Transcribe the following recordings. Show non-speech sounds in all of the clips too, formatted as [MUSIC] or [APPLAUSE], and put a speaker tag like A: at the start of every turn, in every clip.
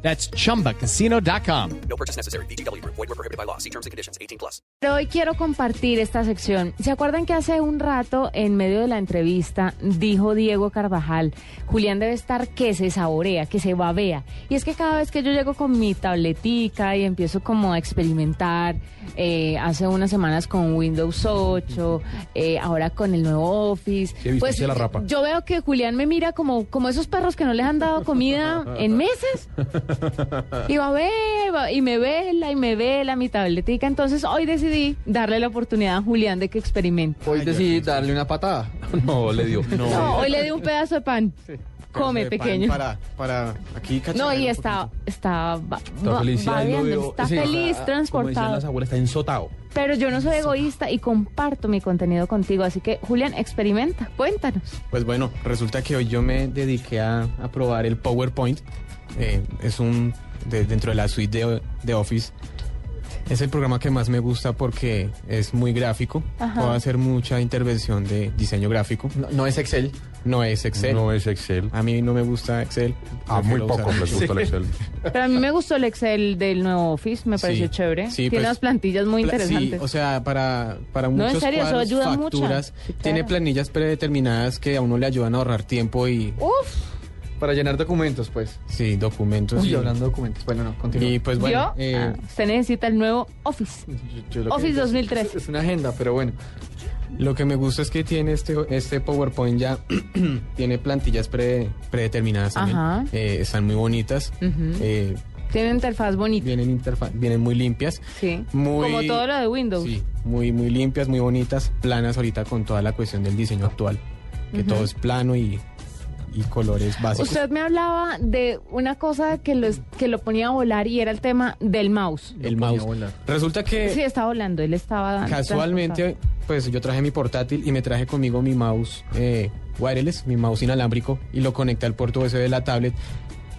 A: That's chumbacasino.com.
B: No purchase necessary. BGW. Void were prohibited by law. See terms and conditions. 18 plus.
C: Pero hoy quiero compartir esta sección. ¿Se acuerdan que hace un rato, en medio de la entrevista, dijo Diego Carvajal, Julián debe estar que se saborea, que se babea? Y es que cada vez que yo llego con mi tabletica y empiezo como a experimentar, eh, hace unas semanas con Windows 8, eh, ahora con el nuevo Office, pues,
D: he visto hacia la rapa.
C: yo veo que Julián me mira como, como esos perros que no les han dado comida en meses. Y va a ver, va- y me vela, y me vela mi tabletica. Entonces hoy decidí darle la oportunidad a Julián de que experimente.
E: Hoy decidí darle una [LAUGHS] patada.
D: No, le dio.
C: No, hoy le di un pedazo de pan. Come,
E: Pues, De pan
C: pequeño.
E: Para, para aquí cachar
C: No, y
E: un
C: está,
E: poquito.
C: está, va-
D: Está
C: va-
D: feliz. ahí lo
C: babeando,
D: veo.
C: está
D: Sí,
C: feliz,
D: ah, Como dicen las
C: transportado.
D: abuelas, está ensotado.
C: Pero yo no soy egoísta y comparto mi contenido contigo. Así que, Julián, experimenta, cuéntanos.
E: Pues bueno, resulta que hoy yo me dediqué a, a probar el PowerPoint. Eh, es un de- dentro de la suite de, de Office. Es el programa que más me gusta porque es muy gráfico.
C: Ajá.
E: Puedo hacer mucha intervención de diseño gráfico.
F: No, no es Excel.
E: No es Excel.
G: No es Excel.
E: A mí no me gusta Ah, Excel.
G: A muy
E: Prefiero usar
G: pocos les gusta el Excel.
C: Pero a mí me gustó el Excel del nuevo Office, me
E: Sí,
C: pareció chévere.
E: sí,
C: Tiene
E: pues,
C: unas plantillas muy
E: Pla-
C: interesantes.
E: Sí, o sea, para, para
C: No, en
E: muchos
C: serio, eso
E: cuadros,
C: ayuda mucho.
E: facturas,
C: Sí, claro.
E: tiene planillas predeterminadas que a uno le ayudan a ahorrar tiempo y
C: Uf,
F: Para llenar documentos, pues.
E: sí, documentos.
F: Uy,
E: y,
F: hablando de documentos. Bueno, no, continúa.
E: y, pues bueno,
C: ¿vio?
E: eh,
C: Ah, usted necesita el nuevo Office.
F: Yo- yo lo que-
C: Office 2003.
F: Es una agenda, pero bueno.
E: lo que me gusta es que tiene este, este PowerPoint ya [CLEARS THROAT] tiene plantillas pre- predeterminadas también.
C: Ajá.
E: Eh, están muy bonitas.
C: Ujú.
E: eh,
C: Tiene una interfaz bonita.
E: vienen interfa- vienen muy limpias.
C: Sí.
E: Muy-
C: Como todo lo de Windows.
E: Sí, muy, muy limpias, muy bonitas, planas ahorita con toda la cuestión del diseño actual. Que todo es plano y, y colores básicos.
C: Usted me hablaba de una cosa que lo, es- que lo ponía a volar y era el tema del mouse.
E: el
F: Lo ponía
E: mouse.
F: a volar.
E: Resulta que
C: Sí, estaba volando, él estaba...
E: Eh, casualmente, pues yo traje mi portátil y me traje conmigo mi mouse eh, wireless, mi mouse inalámbrico, y lo conecté al puerto USB de la tablet.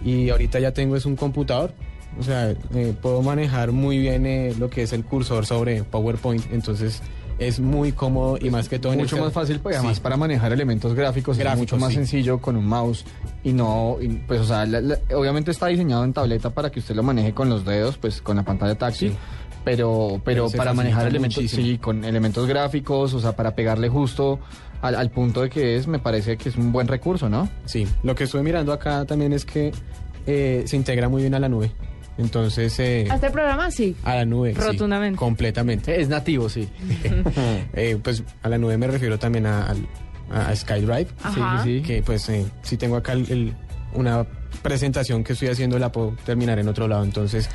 E: Y ahorita ya tengo es un computador. O sea, eh, puedo manejar muy bien eh, lo que es el cursor sobre PowerPoint. Entonces es muy cómodo y más que todo en el
F: mucho
E: ca-
F: más fácil, pues,
E: Sí.
F: además, para manejar elementos gráficos. es
E: Gráficos,
F: mucho más
E: sí.
F: sencillo con un mouse. Y no, y, pues, o sea, la- la- obviamente está diseñado en tableta para que usted lo maneje con los dedos, pues, con la pantalla táctil.
E: Sí.
F: Pero, pero,
E: Pero se
F: para manejar
E: facilita
F: elementos,
E: muchísimo.
F: sí, con elementos gráficos, o sea, para pegarle justo al, al punto de que es, me parece que es un buen recurso, ¿no?
E: Sí, lo que estuve mirando acá también es que eh, se integra muy bien a la nube. Entonces, eh,
C: ¿Hasta el este programa? Sí.
E: a la nube. sí,
C: Rotundamente.
E: completamente.
F: Es
C: [LAUGHS]
F: nativo, sí.
E: [LAUGHS] Eh, pues a la nube me refiero también a, al- a, a SkyDrive,
C: Ajá.
F: sí, sí.
E: que pues eh, sí tengo acá el- el- una presentación que estoy haciendo, la puedo terminar en otro lado. Entonces,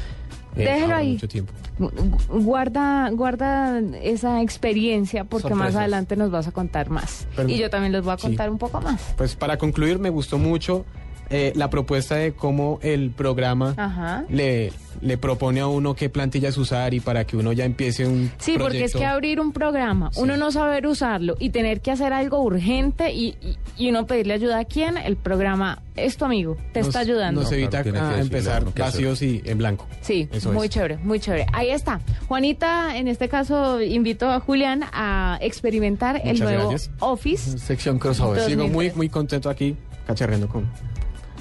C: Déjelo
E: ahorro
C: ahí.
E: mucho tiempo.
C: Gu- gu- Guarda, guarda esa experiencia porque más
F: Sorpresas.
C: adelante nos vas a contar más.
E: Perdón.
C: Y yo también les voy a
E: Sí.
C: contar un poco más.
E: Pues para concluir, me gustó mucho eh, la propuesta de cómo el programa...
C: Ajá.
E: le, le propone a uno qué plantillas usar y para que uno ya empiece un
C: Sí, porque es
E: proyecto.
C: que abrir un programa,
E: Sí.
C: uno no saber usarlo y tener que hacer algo urgente y, y- y uno pedirle ayuda a quién, el programa es tu amigo, te
E: nos-
C: está ayudando.
E: Nos
G: No,
E: evita
G: claro, tiene que
E: a
G: decirle a
E: empezar
G: uno qué hacer.
E: vacíos y en blanco.
C: Sí,
E: Eso
C: muy
E: es.
C: chévere, muy chévere. Ahí está. Juanita, en este caso, invito a Julián a experimentar el
E: Muchas
C: nuevo
E: gracias.
C: Office.
F: Sección crossover.
C: Entonces,
E: Sigo muy,
C: 2003.
E: muy contento aquí, cacharreando con.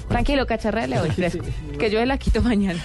C: Tranquilo, cacharrele hoy, fresco, que yo la quito mañana.